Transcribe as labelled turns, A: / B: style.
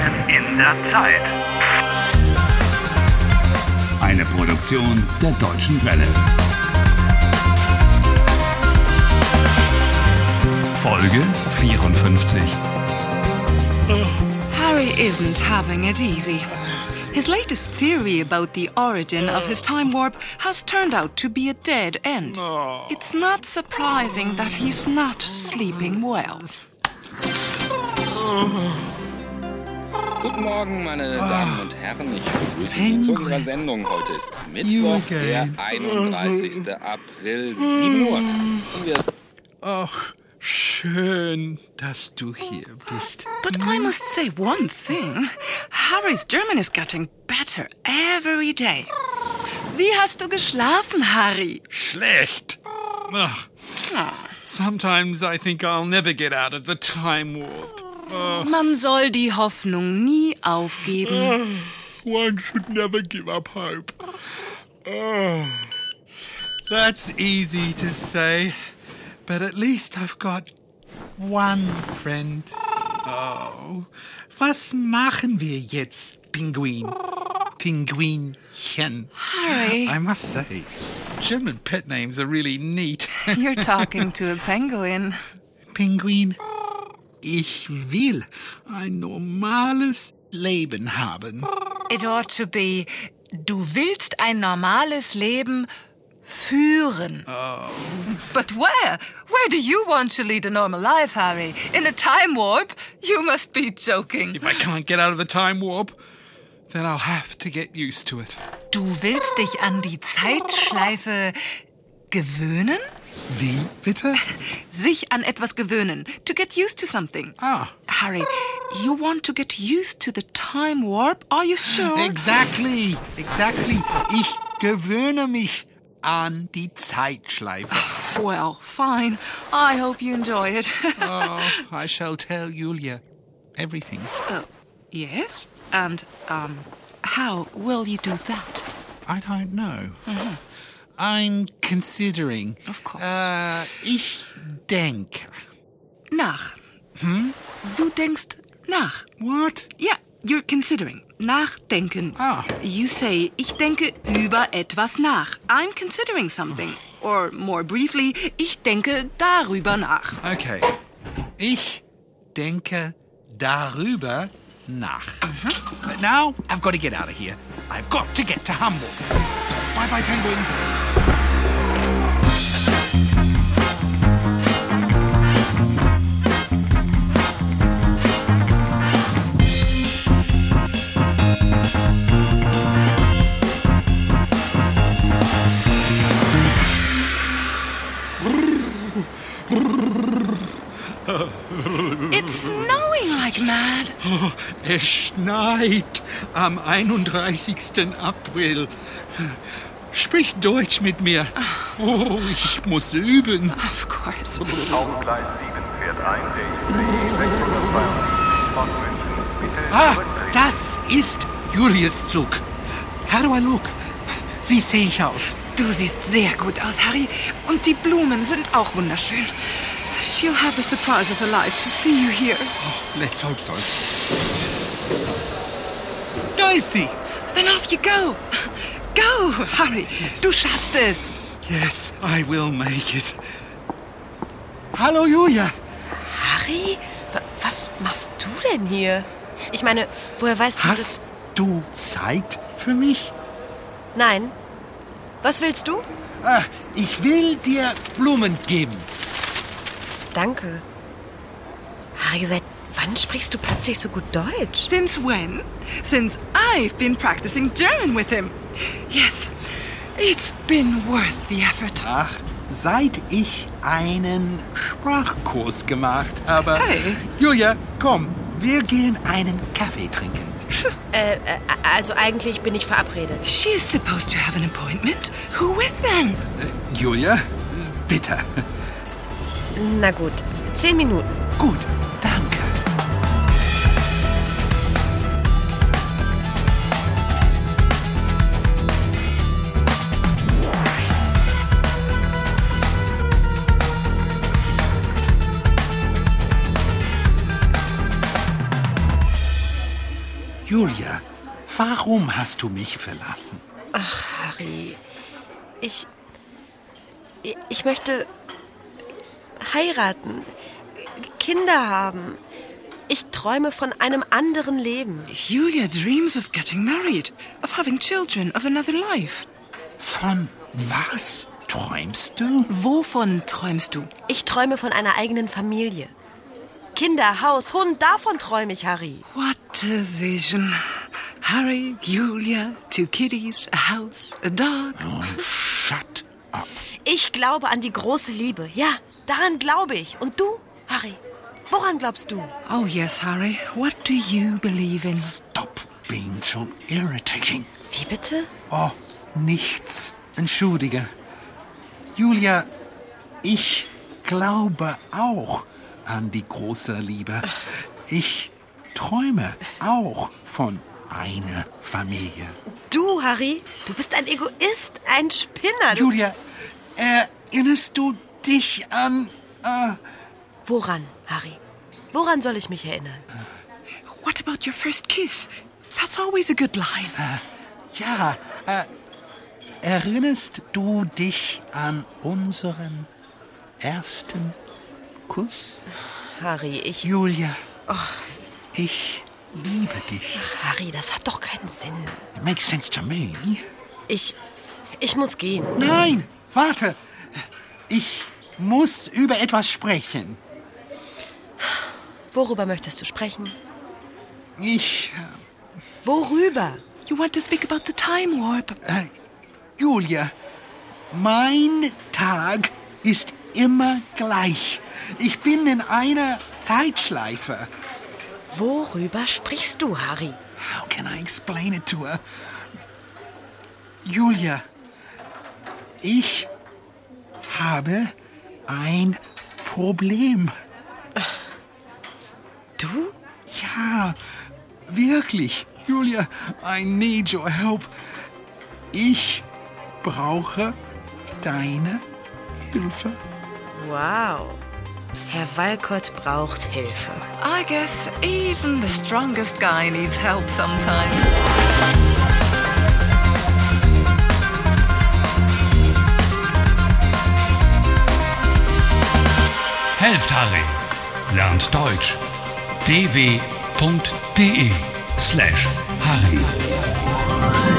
A: der Zeit.
B: Eine Produktion der Deutschen Welle. Folge 54.
C: Harry isn't having it easy. His latest theory about the origin of his time warp has turned out to be a dead end. It's not surprising that he's not sleeping well.
D: Guten Morgen, meine Damen und Herren. Ich begrüße Sie zu unserer Sendung. Heute ist Mittwoch, der 31. April, 7 Uhr. Und wir
E: Ach, schön, dass du hier bist.
C: But I must say one thing Harry's German is getting better every day. Wie hast du geschlafen, Harry?
E: Schlecht. Ach, sometimes I think I'll never get out of the time warp.
C: Man soll die Hoffnung nie aufgeben.
E: One should never give up hope. Oh, that's easy to say, but at least I've got one friend. Oh, was machen wir jetzt, Pinguin? Pinguinchen.
C: Harry,
E: I must say, German pet names are really neat.
C: you're talking to a penguin.
E: Pinguin. Ich will ein normales Leben haben.
C: It ought to be, du willst ein normales Leben führen. Oh. But where? Where do you want to lead a normal life, Harry? In a time warp? You must be joking.
E: If I can't get out of the time warp, then I'll have to get used to it.
C: Du willst dich an die Zeitschleife gewöhnen?
E: Wie bitte?
C: Sich an etwas gewöhnen. To get used to something.
E: Ah.
C: Harry, you want to get used to the time warp? Are you sure?
E: Exactly, exactly. Ich gewöhne mich an die Zeitschleife.
C: Well, fine. I hope you enjoy it.
E: Oh, I shall tell Julia everything.
C: Yes, and um, how will you do that?
E: I don't know. I'm considering.
C: Of course.
E: Äh, ich denke.
C: Nach. Hmm? Du denkst nach.
E: What?
C: Yeah, you're considering. Nachdenken.
E: Ah.
C: You say, ich denke über etwas nach. I'm considering something. Or more briefly, ich denke darüber nach.
E: Okay. Ich denke darüber nach. But now I've got to get out of here. I've got to get to Hamburg. Bye bye, Penguin.
C: It's snowing like mad.
E: Oh, Es schneit am 31. April. Sprich Deutsch mit mir. Oh, ich muss üben.
C: Of course.
A: Auf Gleis 7 fährt ein der ICE 672 von München. Bitte
E: Ah,
A: zurückdrehen.
E: das ist Julius Zug. How do I look? Wie sehe ich aus?
C: Du siehst sehr gut aus, Harry. Und die Blumen sind auch wunderschön. She'll have the surprise of her life to see you here.
E: Let's hope so. Da ist sie.
C: Then off you go. Go, Harry. Du schaffst es.
E: Yes, I will make it. Hallo Julia.
F: Harry? Wa- Was machst du denn hier? Ich meine, woher weißt du das?
E: Hast du Zeit für mich?
F: Nein. Was willst du?
E: Ah, ich will dir Blumen geben.
F: Danke. Harry, seit wann sprichst du plötzlich so gut Deutsch?
C: Since when? Since I've been practicing German with him. Yes, it's been worth the effort.
E: Ach, seit ich einen Sprachkurs gemacht habe.
C: Hey.
E: Julia, komm, wir gehen einen Kaffee trinken.
F: Äh, äh, also eigentlich bin ich verabredet.
C: She is supposed to have an appointment. Who with then?
E: Julia, bitte.
F: Na gut, zehn Minuten.
E: Gut, danke. Julia, warum hast du mich verlassen?
F: Harry, ich. Ich möchte heiraten, Kinder haben. Ich träume von einem anderen Leben.
C: Julia dreams of getting married, of having children, of another life.
E: Von was träumst du?
C: Wovon träumst du?
F: Ich träume von einer eigenen Familie. Kinder, Haus, Hund, davon träume ich, Harry.
C: What a vision. Harry, Julia, two kitties, a house, a dog.
E: Oh. Shut up.
F: Ich glaube an die große Liebe. Ja, daran glaube ich. Und du, Harry, woran glaubst du?
C: Oh, yes, Harry. What do you believe in?
E: Stop being so irritating.
F: Wie bitte?
E: Oh, nichts. Entschuldige. Julia, ich glaube auch an die große Liebe. Ich träume auch von einer Familie.
F: Du, Harry, du bist ein Egoist, ein Spinner. Du,
E: Julia, erinnerst du dich an... Äh,
F: woran, Harry? Woran soll ich mich erinnern?
C: What about your first kiss? That's always a good line.
E: ja, äh, erinnerst du dich an unseren ersten Kuss?
F: Harry, ich.
E: Julia, ich liebe dich.
F: Harry, das hat doch keinen Sinn.
E: It makes sense to me.
F: Ich. Ich muss gehen.
E: Nein, warte. Ich muss über etwas sprechen.
F: Worüber möchtest du sprechen?
E: Ich,
F: Worüber?
C: You want to speak about the time warp?
E: Julia, mein Tag ist immer gleich. Ich bin in einer Zeitschleife.
F: Worüber sprichst du, Harry?
E: How can I explain it to her? Julia, ich habe ein Problem.
F: Du?
E: Ja, wirklich. Julia, I need your help. Ich brauche deine Hilfe.
F: Wow. Herr Walcott braucht Hilfe.
C: I guess even the strongest guy needs help sometimes.
B: Helft Harry. Lernt Deutsch. e dw.de slash Harry.